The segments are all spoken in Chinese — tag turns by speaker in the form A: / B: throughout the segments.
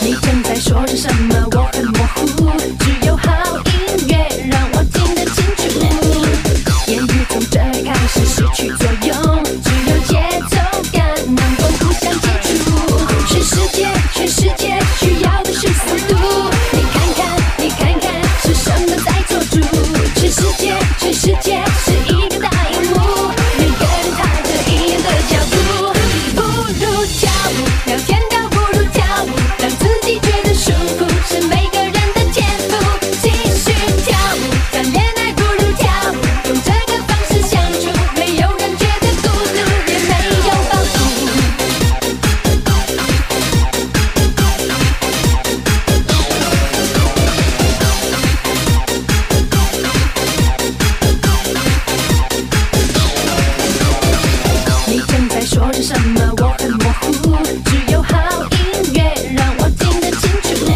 A: 你正在说着什么？我很模糊，只有好音乐让我听得清楚。言语从这里开始失去作用，只有节奏感能够互相接触。全世界，全世界需要的是速度。你看看，你看看，是什么在做主？全世界，全世界是一个大荧幕，每个人踏着一样的脚步，不如跳舞，聊天倒不如跳舞，让自己觉得舒服是每个人的天赋。继续跳舞，谈恋爱不如跳舞，用这个方式相处，没有人觉得孤独，也没有包袱。你正在说着什么？我很模糊，只有好音乐让我听得清楚。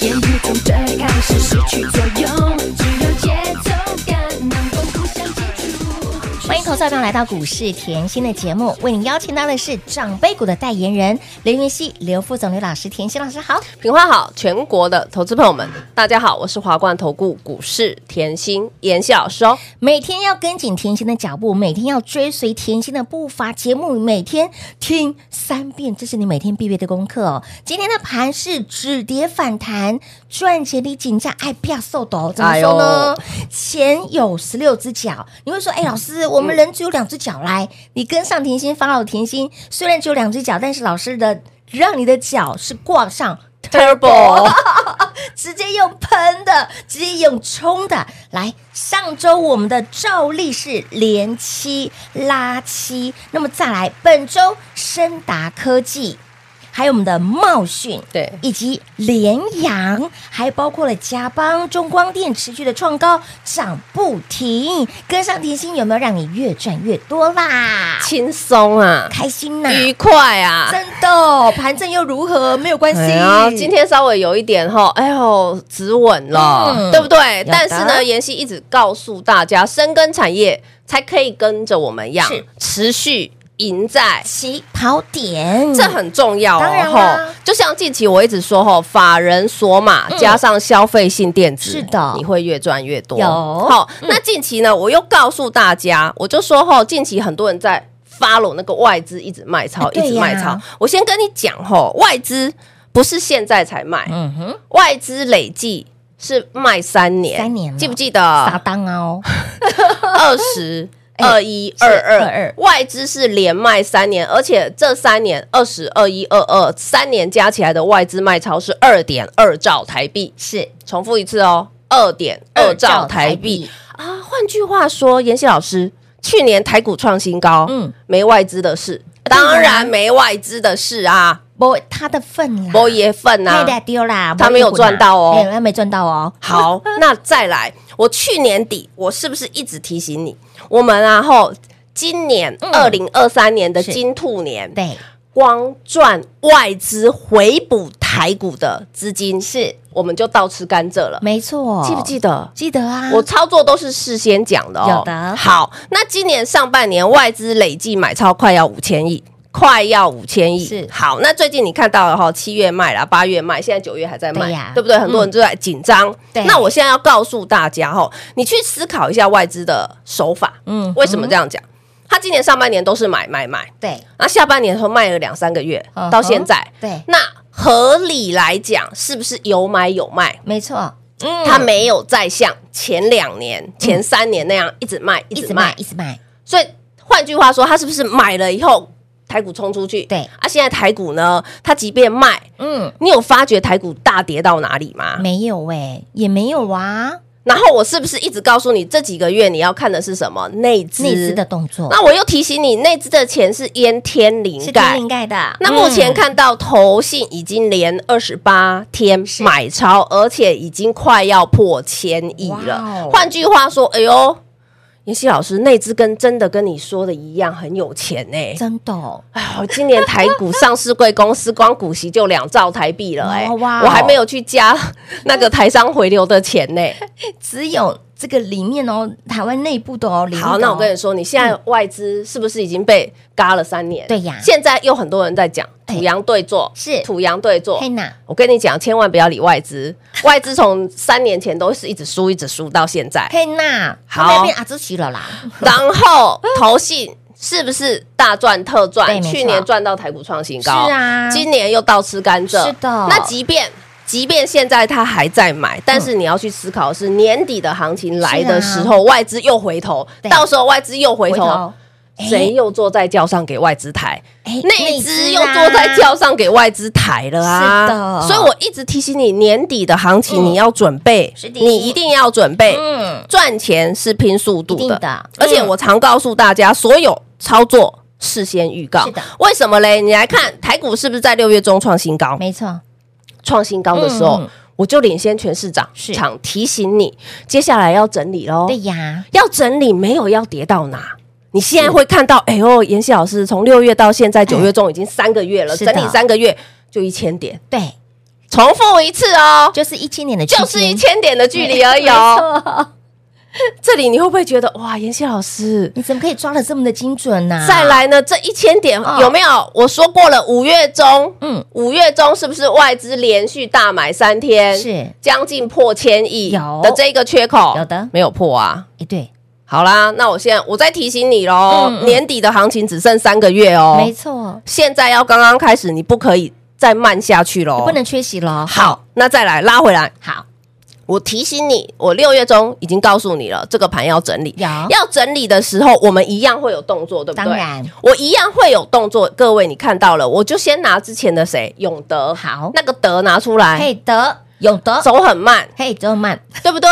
A: 言语从这里开始失去作用，只有节奏感能够互相接触。
B: 欢迎投资者朋友来到股市甜心的节目，为您邀请到的是长辈股的代言人刘云熙、刘副总、刘老师、甜心老师好。
C: 平花好，全国的投资朋友们，大家好，我是华冠投顾股市甜心妍希老师哦。
B: 每天要跟紧甜心的脚步，每天要追随甜心的步伐。节目每天听三遍，这是你每天必备的功课哦。今天的盘是止跌反弹，赚钱比紧张爱不要受抖。怎么说呢？钱有十六只脚，你会说，哎，老师，我们人只有两只脚来，你跟上甜心，follow 甜心。虽然只有两只脚，但是老师的让你的脚是挂上
C: Turbo，
B: 直接用喷的，直接用冲的。来，上周我们的照例是连七拉七，那么再来本周深达科技。还有我们的茂讯，
C: 对
B: 以及联阳，还包括了嘉邦、中光电持续的创高，涨不停，跟上甜心有没有让你越赚越多啦？
C: 轻松啊，
B: 开心呐、
C: 愉快啊。
B: 真的哦，盘正又如何？没有关系。
C: 哎呀，今天稍微有一点哈，哎呦，止稳了，
B: 嗯
C: 对不对？
B: 的
C: 但是呢，妍希一直告诉大家，深耕产业才可以跟着我们一样
B: 是，
C: 持续赢在
B: 起跑点，
C: 这很重要
B: 嗯当
C: 哦
B: 然，
C: 吼
B: 啦！嗯
C: 就像近期我一直说吼，法人索码加上消费性电子，
B: 是的
C: 你会越赚越多。
B: 有嗯
C: 好，那近期呢，我又告诉大家，我就说吼，近期很多人在 follow 那个外资一直卖
B: 哎
C: 超，
B: 对呀
C: 一直卖超。我先跟你讲吼，外资不是现在才卖，
B: 嗯哼，
C: 外资累计是卖三年，
B: 三年了
C: 记不记得？
B: 撒当啊哦，
C: 二十。
B: 哎
C: 二一
B: 是
C: 二二
B: 22
C: 外资是连卖三年，而且这三年二十二一二二三年加起来的外资卖超是二点二兆台币，
B: 是
C: 重复一次哦，二点 二兆台币，啊。换句话说，妍希老师，去年台股创新高，
B: 嗯
C: 嗯，没外资的事，
B: 当
C: 当
B: 然
C: 然没外资的事啊，
B: 不他的份啦，
C: 波爷份
B: 太
C: 啊，
B: 大丢啦，
C: 他没有赚到哦
B: 哎他没赚到哦，
C: 好，那再来，我去年底我是不是一直提醒你，我们然后今年
B: 嗯
C: 二零二三年的
B: 是
C: 金兔年，
B: 对，
C: 光赚外资回补台股的资金，是我们就倒吃甘蔗了，
B: 没错，
C: 记不记得？
B: 记得啊？
C: 我操作都是事先讲的哦。
B: 有的
C: 好，那今年上半年外资累计买超快要五千亿。快要五千亿，
B: 是
C: 好。那最近你看到了哈，七月卖啦，八月卖，现在九月还在卖，
B: 对呀嗯
C: 不对？很多人都在紧张。
B: 对
C: 那我现在要告诉大家哈，你去思考一下外资的手法。
B: 嗯
C: 嗯，为什么这样讲？他今年上半年都是买买买，
B: 对，
C: 那下半年的时候卖了两三个月
B: 嗯哼，
C: 到现在，
B: 对
C: 那合理来讲，是不是有买有卖？
B: 没错，嗯
C: 它没有再像前两年、前三年那样一直卖、一
B: 一直
C: 直
B: 卖
C: 卖。啊
B: 一直卖，
C: 所以换句话说，它是不是买了以后台股冲出去？
B: 对
C: 啊，现在台股呢，它即便卖，
B: 嗯，
C: 你有发觉台股大跌到哪里吗？
B: 欸没有哎，也没有啊，
C: 然后我是不是一直告诉你这几个月你要看的是什么内资？
B: 内资的动作，
C: 那我又提醒你，内资的钱是淹天灵
B: 是
C: 盖
B: 天。灵盖的。
C: 那目前看到投信已经连二十八天买超，而且已经快要破千亿
B: 哇
C: 了
B: 哦。
C: 换句话说，哎呦，妍希老师，内资跟真的跟你说的一样，很有钱呢、
B: 真的哦，
C: 哎呦，今年台股上市贵公司光股息就两兆台币了、哎、
B: 哦哇哦
C: 我还没有去加那个台商回流的钱 呢、
B: 只有这个里面哦，台湾内部的哦，里面的哦
C: 好，那我跟你说，你现在外资是不是已经被嘎了三年？
B: 对呀
C: 现在又很多人在讲
B: 哎
C: 土洋对坐，
B: 是
C: 土洋对坐
B: 嘿。娜，
C: 我跟你讲，千万不要理 外资，外资从三年前都是一直输，一直输到现在。
B: 嘿娜，
C: 好
B: 后面变阿朱奇了啦，
C: 然后投信是不是大赚特
B: 对
C: 赚？
B: 没错
C: 去年赚到台股创新高，
B: 是啊
C: 今年又倒吃甘蔗。
B: 是的嗯
C: 那即便。即便现在它还在买，但是你要去思考，是年底的行情来的时候，外资又回头，
B: 啊对
C: 到时候外资又回
B: 回
C: 头
B: 头，
C: 谁又坐在轿上给外资抬？
B: 哎
C: 内资又
B: 啊
C: 坐在轿上给外资抬了啊！
B: 是的
C: 所以我一直提醒你，年底的行情
B: 嗯
C: 你要准备，
B: 是的
C: 你一定要准备。
B: 嗯，
C: 赚钱是拼速度
B: 一定
C: 的，
B: 的嗯
C: 而且我常告诉大家，所有操作事先预告。
B: 是的
C: 为什么嘞？你来看台股是不是在六月中创新高？
B: 没错，
C: 创新高的时候，
B: 嗯嗯
C: 我就领先全市场
B: 是
C: 场提醒你，接下来要整理喽。
B: 对呀，
C: 要整理没有要跌到哪。你现在会看到，哎呦，妍希老师从六月到现在九月中已经三个月了，
B: 是的
C: 整理三个月就一千点，
B: 对，
C: 重复一次哦，
B: 就是一七年的区间，
C: 就是一千点的距离而已哦。
B: 没错，
C: 这里你会不会觉得哇，妍希老师？
B: 你怎么可以抓的这么的精准呢？
C: 再，来呢，这一千点
B: 啊哦
C: 有没有？我说过了，五月中，
B: 嗯，
C: 五月中是不是外资连续大买三天，
B: 是
C: 将近破千亿
B: 有
C: 的这个缺口？
B: 有的
C: 没有破啊？
B: 哎，对，
C: 好啦，那我现在我再提醒你喽，
B: 嗯嗯
C: 年底的行情只剩三个月哦，
B: 没错，
C: 现在要刚刚开始，你不可以再慢下去喽，
B: 不能缺席了。
C: 好，那再来拉回来。
B: 好，
C: 我提醒你，我六月中已经告诉你了，这个盘要整理。
B: 有
C: 要整理的时候，我们一样会有动作，对不对？
B: 当然，
C: 我一样会有动作。各位，你看到了，我就先拿之前的谁，永德，
B: 好
C: 那个德拿出来，
B: 嘿德有德，
C: 走很 慢，
B: 嘿德曼，
C: 对不对？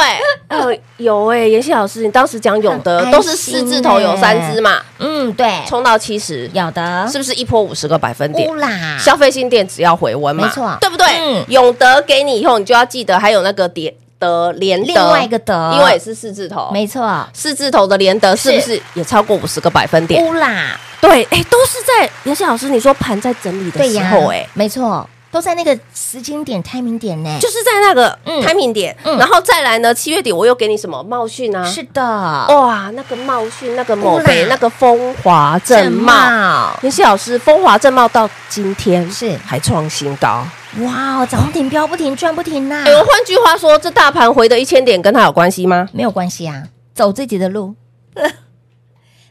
C: 呃，有哎、妍希老师，你当时讲永
B: 很安
C: 德
B: 心
C: 都是四字头有三只嘛，
B: 嗯，对，
C: 冲到七十，
B: 有的
C: 是不是一波五十个百分点
B: 乌？啦，
C: 消费性电子要回温嘛，
B: 没错
C: 对不对？
B: 嗯
C: 永德给你以后，你就要记得还有那个叠德联德，
B: 另外一个德，
C: 因为也是四字头，
B: 没错，
C: 四字头的联德是不是也超过五十个百分点？
B: 乌啦，
C: 对，哎，都是在妍希老师你说盘在整理的
B: 对
C: 时
B: 呀
C: 候，哎，，
B: 没错，都在那个时间点、timing 点呢，
C: 就是在那个
B: 嗯
C: timing 点，
B: 嗯
C: 然后再来呢，七月底我又给你什么茂讯啊？
B: 是的，
C: 哇，那个茂讯，那个某
B: 乌啦
C: 北，那个风华正茂。
B: 茂，
C: 妍希老师，风华正茂到今天
B: 是
C: 还创新高，
B: 哇哦，涨不停，飙不停，赚不停呐
C: 哎，，呦，换句话说，这大盘回的一千点跟它有关系吗？
B: 没有关系啊，走自己的 路，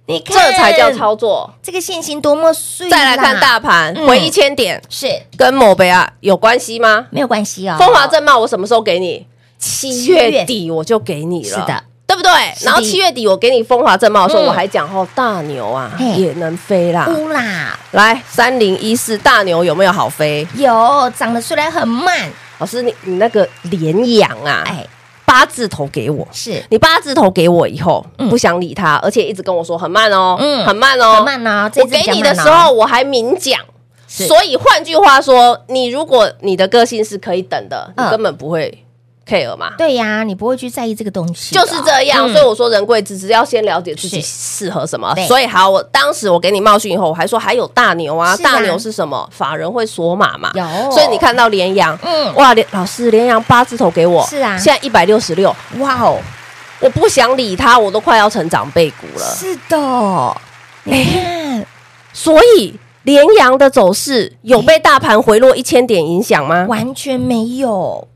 B: 你看
C: 这才叫操作。
B: 这个线型多么碎啦，
C: 再来看大盘
B: 嗯
C: 回一千点，
B: 是
C: 跟某北啊有关系吗？
B: 没有关系哦，
C: 风华正茂我什么时候给你？七
B: 月
C: 月底我就给你
B: 是
C: 了，
B: 的，
C: 对不对？
B: 是的
C: 然后七月底我给你风华正茂的时候，
B: 嗯
C: 我还讲哦，大牛啊
B: 嘿嗯
C: 也能飞啦。
B: 乌啦，
C: 来，三零一四大牛有没有好飞？
B: 有涨得虽然很慢，
C: 老师，你你那个联阳啊，
B: 哎，
C: 八字头给我，
B: 是
C: 你八字头给我以后，
B: 嗯
C: 不想理他，而且一直跟我说很慢哦，
B: 嗯
C: 很慢哦，
B: 很慢哦，这
C: 我
B: 次比
C: 给
B: 较
C: 你的时
B: 慢哦
C: 候，我还明讲。
B: 是
C: 所以换句话说，你如果你的个性是可以等的，你
B: 嗯
C: 根本不会 care 嘛，
B: 对呀、你不会去在意这个东西的，
C: 就是这样。
B: 嗯
C: 所以我说人贵自知，要先了解自己
B: 是
C: 适合什么
B: 对。
C: 所以好，我当时我给你冒讯以后，我还说还有大牛啊，
B: 是啊
C: 大牛是什么？法人会锁码嘛？
B: 有
C: 所以你看到联阳，
B: 嗯
C: 哇，连老师联阳八字头给我，
B: 是啊
C: 现在一百六十六，
B: 哇哦，
C: 我不想理他，我都快要成长辈股了。
B: 是的，
C: 哎
B: 你看，
C: 所以联阳的走势有被大盘回落一千点影响吗？
B: 完全没有，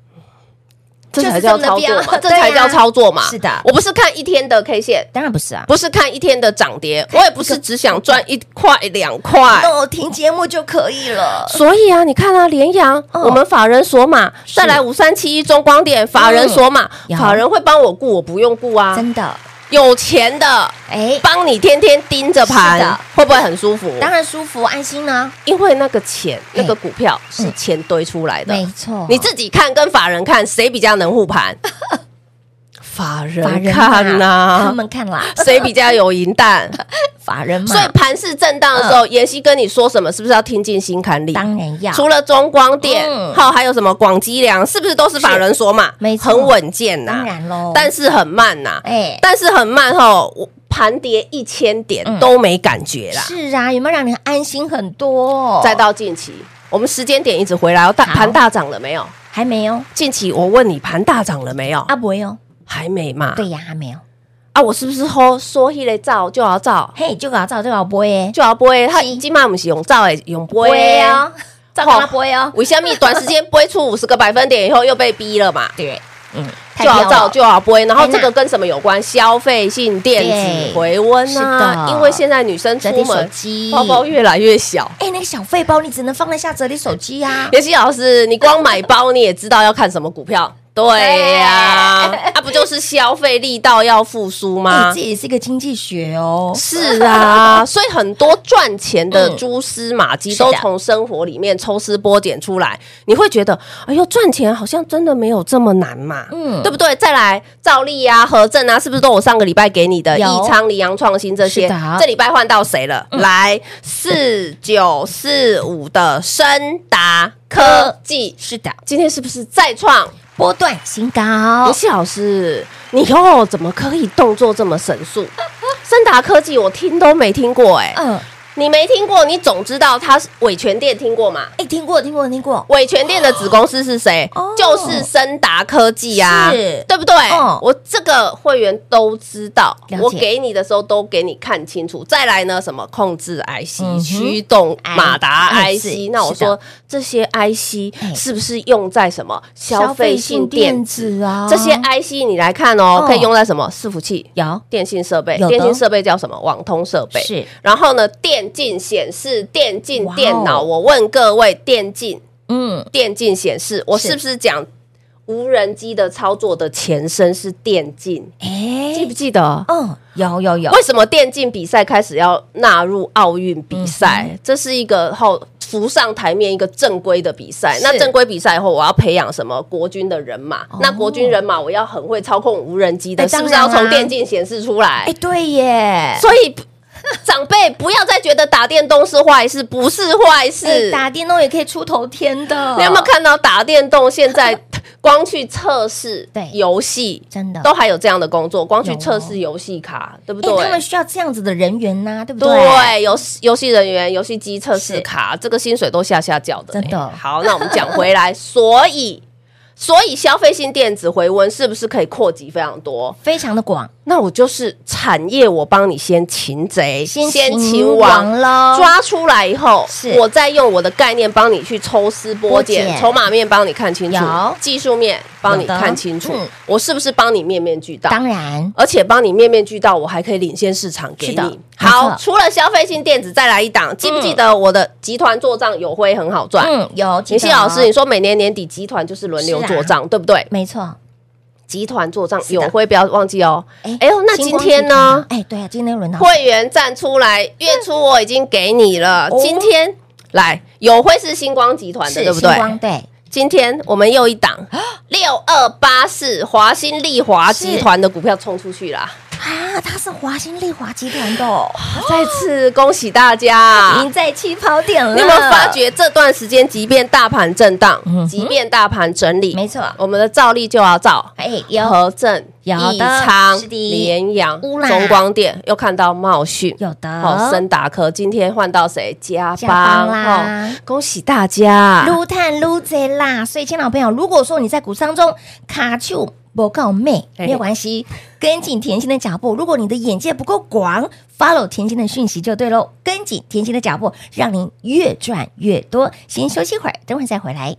C: 这才叫操作
B: 就是这
C: 嘛，
B: 么的标
C: 这才叫操作嘛。
B: 对啊是的
C: 我不是看一天的 K 线，
B: 当然不是啊。
C: 不是看一天的涨跌，我也不是只想赚一块两块。
B: 那我哦听节目就可以了，
C: 所以啊，你看啊，联阳，
B: 嗯
C: 我们法人锁码，
B: 是嗯
C: 再来五三七一中光点，法人锁码，
B: 有
C: 法人会帮我顾，我不用顾啊。
B: 真的，
C: 有钱的
B: 哎，
C: 帮你天天盯着
B: 是的
C: 盘，会不会很舒服？
B: 当然舒服安心呢，
C: 因为那个钱，
B: 嘿
C: 那个股票是钱堆出来的，
B: 没错，
C: 你自己看跟法人看谁比较能护盘？
B: 法
C: 法人
B: 人啊啦
C: 看呐
B: 他、们看啦，
C: 谁比较有银弹？
B: 法人嘛，
C: 所以盘势震荡的时候，妍希跟你说什么，是不是要听进心坎里？
B: 嗯当然要
C: 除了中光电
B: 嗯，
C: 还有还有什么广积粮，是不是都是法人说嘛？
B: 没错
C: 很稳健呐。
B: 当然喽
C: 但是很慢呐。
B: 哎
C: 但是很慢吼，我盘跌一千点
B: 嗯
C: 都没感觉啦。
B: 是啊，有没有让你安心很多？
C: 再到近期，我们时间点一直回来哦，大
B: 好
C: 盘大涨了没有？
B: 还没有
C: 近期我问你，盘大涨了没有？
B: 阿伯哟，
C: 还没嘛？
B: 对呀，还没有。
C: 啊，我是不是吼说迄个照就要照，
B: 嘿，就搞照就搞播耶，
C: 就要背？他
B: 是
C: 今嘛不是用照诶，用
B: 播
C: 背啊。
B: 哦，照跟他播哦。
C: 为什么短时间不会出五十个百分点以后又被逼了 嘛？
B: 对，嗯，
C: 就好
B: 照
C: 造就好不会，然后
B: 天哪
C: 这个跟什么有关？消费性电子回温啊
B: 是，的
C: 因为现在女生
B: 折
C: 出
B: 叠手
C: 门
B: 机，
C: 包包越来越小。
B: 哎，那个小费包你只能放得下折叠手机啊呀。
C: 妍希老师，你光买包你也知道要看什么股票，对呀、 啊，不就是消费力道要复苏
B: 哎，
C: 吗
B: 这？也是一个经济学哦。
C: 是 啊，所以很多赚钱的
B: 嗯
C: 蛛丝马迹
B: 是的
C: 都从生活里面抽丝剥茧出来，你会觉得，哎呦，赚钱好像真的没有这么难嘛，
B: 嗯
C: 对不对？再来，兆利啊、和正啊，是不是都我上个礼拜给你的
B: 有
C: 益昌、羚羊、创新这
B: 是
C: 些
B: 的？
C: 这礼拜换到谁了？来，四九四五的深达科技，
B: 是的，
C: 今天是不是再创？
B: 波段新
C: 不
B: 高，
C: 是老师，你哟、怎么可以动作这么神速？ 森达科技我听都没听过哎、
B: 嗯，
C: 你没听过，你总知道它是伟全店听过嘛？
B: 哎，听过，听过，听过，
C: 伟全店的子公司是谁？
B: 哦
C: 就是森达科技啊，
B: 是
C: 对不对？
B: 嗯
C: 我这个会员都知道
B: 了解，
C: 我给你的时候都给你看清楚。再来呢，什么控制 IC、
B: 嗯哼
C: 驱动
B: 哎
C: 马达
B: 哎
C: IC，、
B: 是
C: 那我
B: 是的
C: 说这些 IC
B: 哎
C: 是不是用在什么消费性电子？
B: 子啊
C: 这些 IC 你来看哦
B: 哦，
C: 可以用在什么伺服器、
B: 有
C: 电信设备
B: 有的？
C: 电信设备叫什么？网通设备。
B: 是。
C: 然后呢，电竞显示、电竞
B: 哇哦
C: 电脑，我问各位，电竞、
B: 嗯，
C: 电竞显示，我是不是讲无人机的操作的前身是电竞？记
B: 哎
C: 不，记得？
B: 嗯，有有有，
C: 为什么电竞比赛开始要纳入奥运比
B: 嗯
C: 赛？这是一个后浮上台面一个正规的比赛。
B: 是
C: 那正规比赛以后，我要培养什么国军的人马？
B: 哦
C: 那国军人马我要很会操控无人机的，
B: 哎
C: 是
B: 当
C: 不是
B: 然啊
C: 要从电竞显示出来？
B: 哎，对耶，
C: 所以长辈不要再觉得打电动是坏事，不是坏
B: 哎哦
C: 事。
B: 打电动也可以出头天的，
C: 你有没有？看到打电动现在光去测试
B: 对
C: 游戏？
B: 真的
C: 都还有这样的工作，光去
B: 有哦
C: 测试游戏卡，对不对？
B: 哎哎，他们需要这样子的人员呐，对不对？
C: 对，游戏游戏人员、游戏机测试
B: 是
C: 卡，这个薪水都下下叫的、
B: 真的
C: 欸好，那我们讲回来，所以。所以消费性电子回温是不是可以扩及非常多？
B: 非常的广，
C: 那我就是产业，我帮你先擒贼，
B: 秦王喽，
C: 抓出来以后
B: 是，
C: 我再用我的概念帮你去抽丝剥
B: 剥
C: 茧，
B: 茧
C: 筹码面帮你看清楚
B: 有，
C: 技术面帮你
B: 有的
C: 看清楚
B: 嗯，
C: 我是不是帮你面面俱到？
B: 当然
C: 而且帮你面面俱到，我还可以领先市场给
B: 是的
C: 你。
B: 没错
C: 好，除了消费性电子，再来一档，记不记得我的集团做账有会很好赚？
B: 嗯，有
C: 妍
B: 杰
C: 希老师，你说每年年底集团就是轮流
B: 是啊
C: 做账，对不对？
B: 没错。
C: 集团做账
B: 是的
C: 有会不要忘记哦。
B: 哎
C: 哎呦，那
B: 星
C: 今
B: 光
C: 天
B: 集团
C: 呢
B: 啊？？哎，对啊，今天轮到
C: 会员站出来，月初我已经给你了，
B: 哦
C: 今天来有会是星光集团的，
B: 是
C: 对不对
B: 星？光对，
C: 今天我们又 一档六二八四华新丽华集团的股票冲出 去啦。
B: 啊，他是华兴丽华集团的哦，
C: 再次恭喜大
B: 赢、
C: 家！
B: 在起跑点了。
C: 你有没有发？觉这段时间，即便大盘震荡
B: 嗯嗯哼，
C: 即便大盘整理，
B: 没错
C: 我们的照例就要照。
B: 哎，有
C: 和正、
B: 有的
C: 益昌
B: 是、的
C: 联阳、
B: 乌啦
C: 中光电，又看到茂讯，
B: 有的
C: 哦，森达科今天换到谁？加
B: 加邦
C: 邦
B: 啦
C: 哦，恭喜大家！
B: 撸碳撸贼啦！所以，亲老朋友，如果说你在股市当中卡住。不够妹
C: 哎
B: 没有关系，跟紧甜心的脚步。如果你的眼界不够广，follow 甜心的讯息就对喽。跟紧甜心的脚步，让您越赚越多。先休息会儿，等会儿再回来。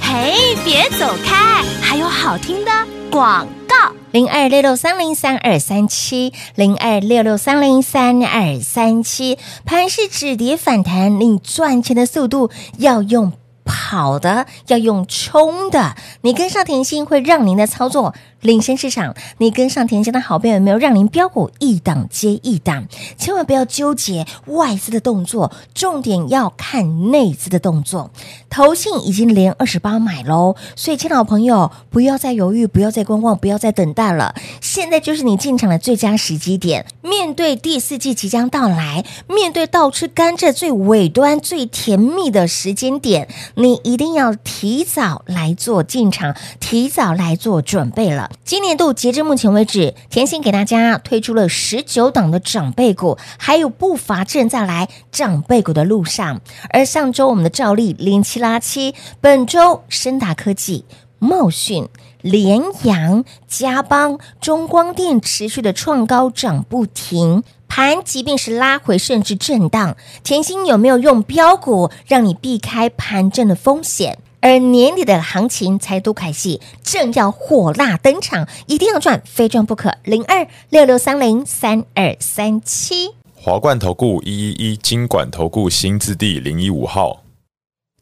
D: 嘿，别走开，还有好听的广告。
B: 零二六六三零三二三七，零二六六三零三二三七，盘是止跌反弹，你赚钱的速度要用。跑的要用冲的，你跟上甜心会让您的操作领先市场，你跟上甜心的好朋友有没有让您标股一档接一档？千万不要纠结外资的动作，重点要看内资的动作。投信已经连二十八买喽，所以亲老朋友不要再犹豫，不要再观望，不要再等待了，现在就是你进场的最佳时机点。面对第四季即将到来，面对倒吃甘蔗最尾端、最甜蜜的时间点，你一定要提早来做进场，提早来做准备了。今年度截至目前为止，甜心给大家推出了十九档的长辈股，还有不乏正在来长辈股的路上。而上周我们的照例零七拉七，本周深达科技、茂讯。联阳、嘉邦、中光电持续的创高涨不停，盘即便是拉回甚至震荡，甜心有没有用标股让你避开盘震的风险？而年底的行情才都开戏，正要火辣登场，一定要赚，非赚不可。零二六六三零三二三七。
E: 华冠投顾一一一金管投顾新字第零一五号，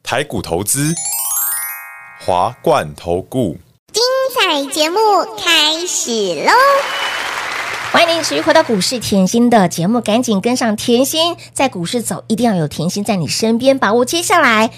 E: 台股投资，华冠投顾。
F: 彩节目开始喽！
B: 欢迎您持续回到股市甜心的节目，赶紧跟上甜心，在股市走一定要有甜心在你身边，把握接下来。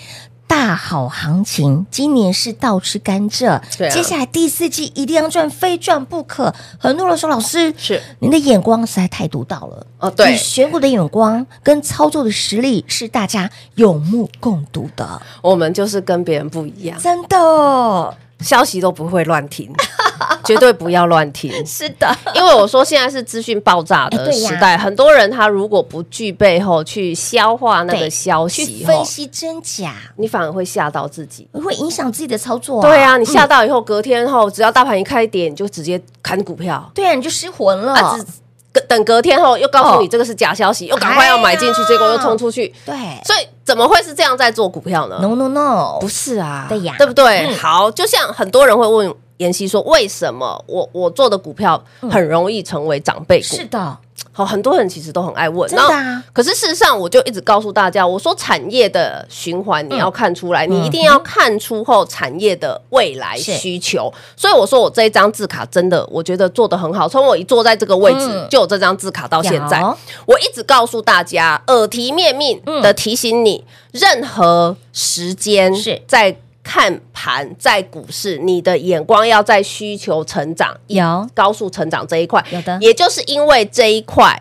B: 大好行情，今年是倒吃甘蔗，
C: 对啊
B: 接下来第四季一定要赚，非赚不可。很多人说，老师
C: 是
B: 您的眼光实在太独到了
C: 哦对
B: 你选股的眼光跟操作的实力是大家有目共睹的，
C: 我们就是跟别人不一样，
B: 真的
C: 消息都不会乱听， 绝对不要乱听。
B: 是的，
C: 因为我说现在是资讯爆炸
B: 哎
C: 的
B: 对呀
C: 时代，很多人他如果不具备后去消化那
B: 对
C: 个消
B: 去
C: 息
B: 分
C: 后，
B: 析真假
C: 你反而会吓到自己。
B: 会影响自己的操作、
C: 对啊，你
B: 嗯
C: 吓到以后，隔天后只要大盘一开跌，你就直接砍股票。
B: 对啊，你就失魂了。
C: 啊，只隔等隔天后又告诉
B: 哦
C: 你这个是假消息，又赶快要买进去，
B: 哎呀
C: 结果又冲出去，
B: 对
C: 所以怎么会是这样在做股票呢？
B: ，no no no，
C: 不是啊，
B: 对呀
C: 对不对？
B: 嗯
C: 好，就像很多人会问妍希说，为什么我我做的股票很容易成为长辈股
B: 嗯是？的，
C: 好，很多人其实都很爱问，
B: 真的啊
C: 然后可是事实上，我就一直告诉大家，我说产业的循环你要看出来，
B: 嗯
C: 你一定要看出后产业的未来
B: 是
C: 需求。
B: 嗯
C: 所以我说我这一张字卡真的，我觉得做的很好。从我一坐在这个位置，
B: 嗯
C: 就有这张字卡到现在
B: 有，
C: 我一直告诉大家，耳提面命的提醒你，任何时间
B: 是
C: 在。看盘在股市，你的眼光要在需求成长、
B: 有
C: 高速成长这一块，
B: 有的
C: 也就是因为这一块，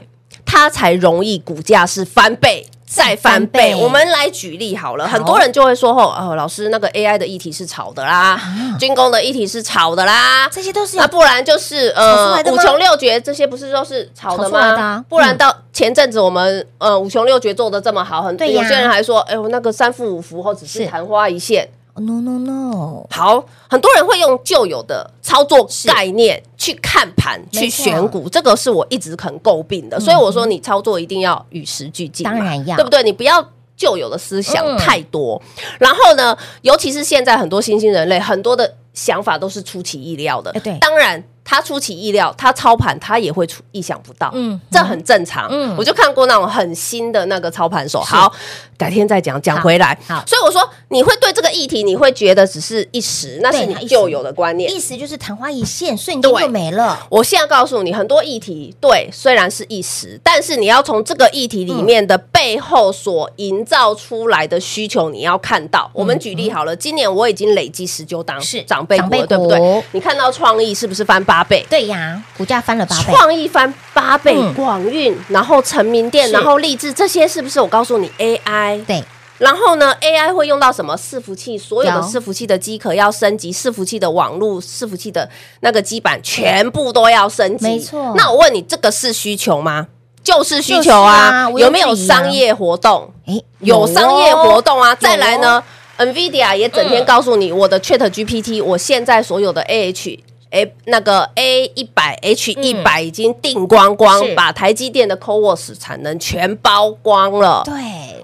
C: 它才容易股价是翻倍。再翻
B: 再翻
C: 倍，
B: 倍
C: 我们来举例好了。
B: 好
C: 很多人就会说：“哦，哦老师，那个 AI 的议题是炒的啦，军工的议题是炒的啦，
B: 啊这些都是有
C: 那不然就是
B: 炒出
C: 呃
B: 来的
C: 五
B: 吗
C: 穷六绝这些不是都是炒的
B: 炒出来的啊
C: 吗？不然到前阵子我们呃五穷六绝做的这么好，很
B: 对呀
C: 有些人还说：哎呦，那个三伏五伏后只
B: 是
C: 是昙花一现，
B: no no no，
C: 好，很多人会用旧有的操作概念去看盘、
B: 没错嗯
C: 去选股，这个是我一直很诟病的。所以我说，你操作一定要与时俱进嘛，
B: 当然要
C: 对不对？你不要。旧有的思
B: 嗯
C: 想太多，然后呢，尤其是现在很多新兴人类，很多的想法都是出其意料的。
B: 哎对
C: 当然他出其意料，他操盘他也会出意想不到，
B: 嗯
C: 嗯，这很正常。
B: 嗯
C: 我就看过那种很新的那个操盘手，好，改天再讲，讲回来。
B: 好好
C: 所以我说，你会对这个议题，你会觉得只是一时，那
B: 对
C: 是你
B: 它一时
C: 旧有的观念。
B: 意思就是昙花一现，瞬间
C: 对
B: 就没了。
C: 我现在告诉你，很多议题对虽然是一时，但是你要从这个议题里面的背后所营造出来的需求，你要看到。我们举例好了，今年我已经累积十九档
B: 嗯是
C: 长辈
B: 长辈
C: 股
B: 股
C: 了，对不对？你看到创意是不是翻八倍？
B: 对呀，股价翻了八倍，
C: 创意翻八倍
B: 嗯，
C: 广运，然后成名店，
B: 是
C: 然后励志，这些是不是我告诉你 AI？
B: 对，
C: 然后呢，AI 会用到什么伺服器？所有的
B: 有
C: 伺服器的机壳要升级，伺服器的网络、伺服器的那个基板全部都要升级。
B: 没错
C: 那我问你，这个是需求吗？就是需
B: 就是
C: 求
B: 啊
C: 啊，
B: 毋庸
C: 有没有
B: 置疑啊
C: 商业活动？
B: 哎，
C: 有商业活动啊。
B: 哦
C: 再来
B: 有哦嗯
C: 呢，NVIDIA 也整天告诉你，我的 Chat GPT，我现在所有的 AH。哎，那个 A 一百 H 一百已经定光光
B: 嗯是，
C: 把台积电的 CoWoS 产能全包光了。
B: 对，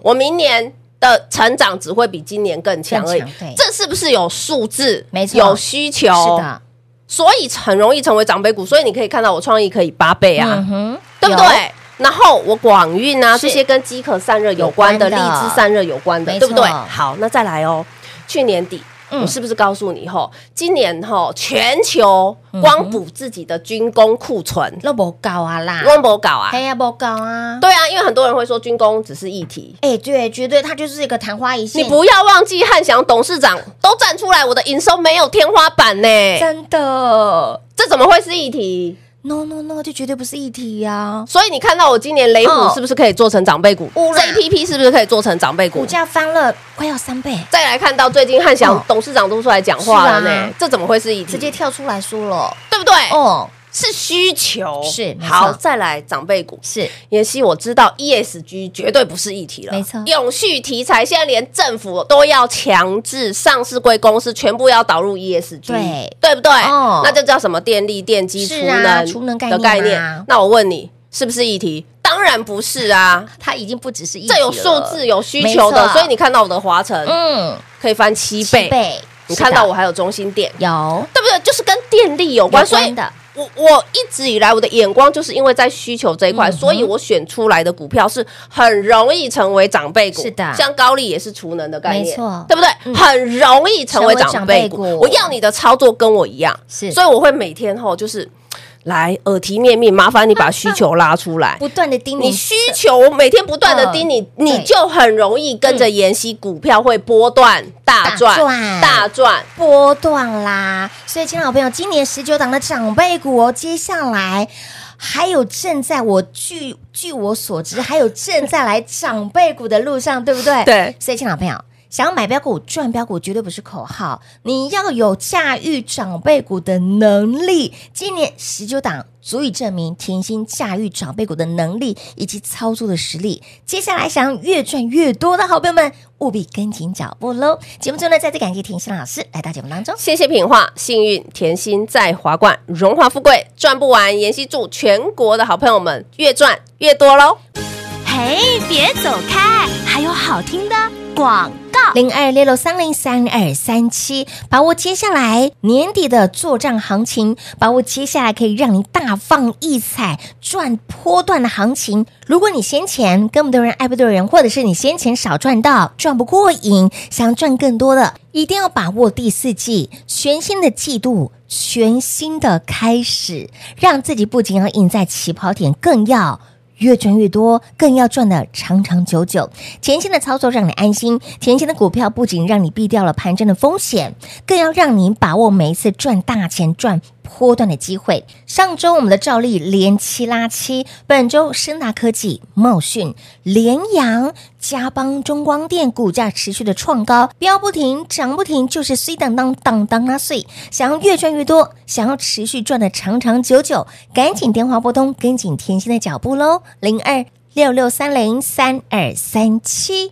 C: 我明年的成长只会比今年更强而已
B: 更强对。
C: 这是不是有数字？
B: 没错
C: 有需求，
B: 是，的，
C: 所以很容易成为长辈股。所以你可以看到我创意可以八倍啊，
B: 嗯哼，
C: 对不
B: 有？
C: 对？然后我广运啊，
B: 是
C: 这些跟饥渴散热有关的、
B: 有
C: 荔
B: 关的
C: 枝散热有关的
B: 没，错嗯
C: 对不对？好，那再来哦，去年底我是不是告诉你吼，今年吼全球
B: 嗯
C: 光补自己的军工库存，
B: 那不高啊啦，
C: 光补搞啊
B: 哎？呀不高啊，
C: 对啊，因为很多人会说军工只是议题，
B: 哎对，绝对它就是一个昙花一现，
C: 你不要忘记汉翔董事长都站出来，我的营收没有天花板呢、
B: 真的
C: 这怎么会是议题？
B: ，no no no，这绝对不是议题呀，
C: 所以你看到我今年雷虎
B: 哦
C: 是不是可以做成长辈股、
B: 乌啦
C: j p p 是不是可以做成长辈股
B: 股？价翻了快要三倍，
C: 再来看到最近汉
B: 哦
C: 翔董事长都出来讲话了
B: 是
C: 呢、
B: 啊
C: 这怎么会是议题？
B: 直接跳出来说了，
C: 对不对？
B: 哦
C: 是需求，
B: 是没错
C: 好，再来长辈股。
B: 是，
C: 妍希，我知道 ESG 绝对不是议题了，
B: 没错
C: 永续题材现在连政府都要强制上市贵公司全部要导入 ESG，
B: 对
C: 对不对？
B: 哦
C: 那就叫什么电力、电机、
B: 是
C: 储
B: 啊
C: 能、
B: 储能概
C: 的
B: 念
C: 概念。
B: 嘛
C: 那我问你，是不是议题？当然不是啊，
B: 它已经不只是嗯议题
C: 这有
B: 了
C: 数字、有需求
B: 没
C: 的，
B: 错
C: 所以你看到我的华晨
B: 嗯，
C: 可以翻七
B: 七
C: 倍，
B: 倍，
C: 你
B: 是
C: 看
B: 的
C: 到我还有中心店，
B: 有
C: 对不对？就是跟电力有关，
B: 有关
C: 所以
B: 的
C: 我我一直以来我的眼光就是因为在需求这一块，
B: 嗯哼
C: 所以我选出来的股票是很容易成为长辈股，
B: 是的
C: 像高丽也是储能的概念，
B: 没错
C: 对不对？
B: 嗯
C: 很容易成为长辈股。
B: 成为长辈股
C: 我要你的操作跟我一样，
B: 是
C: 所以我会每天吼就是来耳提面命，麻烦你把需求拉出 来。
B: 不断的叮咛，
C: 你需求每天不断的盯你，你
B: 嗯对
C: 就很容易跟着妍希股票会波段大赚
B: 大赚
C: 大赚。
B: 波段啦。所以，亲爱的朋友，今年十九档的长辈股哦，接下来还有正在我据据我所知，还有正在来长辈股的路上，对不对？
C: 对
B: 所以，亲爱的朋友。想要买标股赚标股，绝对不是口号，你要有驾驭长辈股的能力。今年十九档足以证明甜心驾驭长辈股的能力以及操作的实力。接下来想要越赚越多的好朋友们，务必跟紧脚步喽！节目中呢，再次感谢甜心老师来到节目当中。
C: 谢谢品画，幸运甜心在华冠，荣华富贵赚不完。妍希祝全国的好朋友们越赚越多喽！
D: 嘿，别走开，还有好听的广告。
B: 零二六六三零三二三七，把握接下来年底的作战行情，把握接下来可以让你大放异彩、赚波段的行情。如果你先前跟不对人、爱不对人，或者是你先前少赚到、赚不过瘾，想赚更多的，一定要把握第四季全新的季度。全新的开始，让自己不仅要赢在起跑点，更要越赚越多，更要赚的长长久久。甜心的操作让你安心，甜心的股票不仅让你避掉了盘整的风险，更要让你把握每一次赚大钱、赚波段的机会。上周我们的照例连七拉七，本周深达科技、茂讯、联阳、嘉邦、中光电股价持续的创高，飙不停，涨不停，就是碎当当当当啊碎。想要越赚越多，想要持续赚的长长久久，赶紧电话拨通，跟紧甜心的脚步喽，零二六六三零三二三七。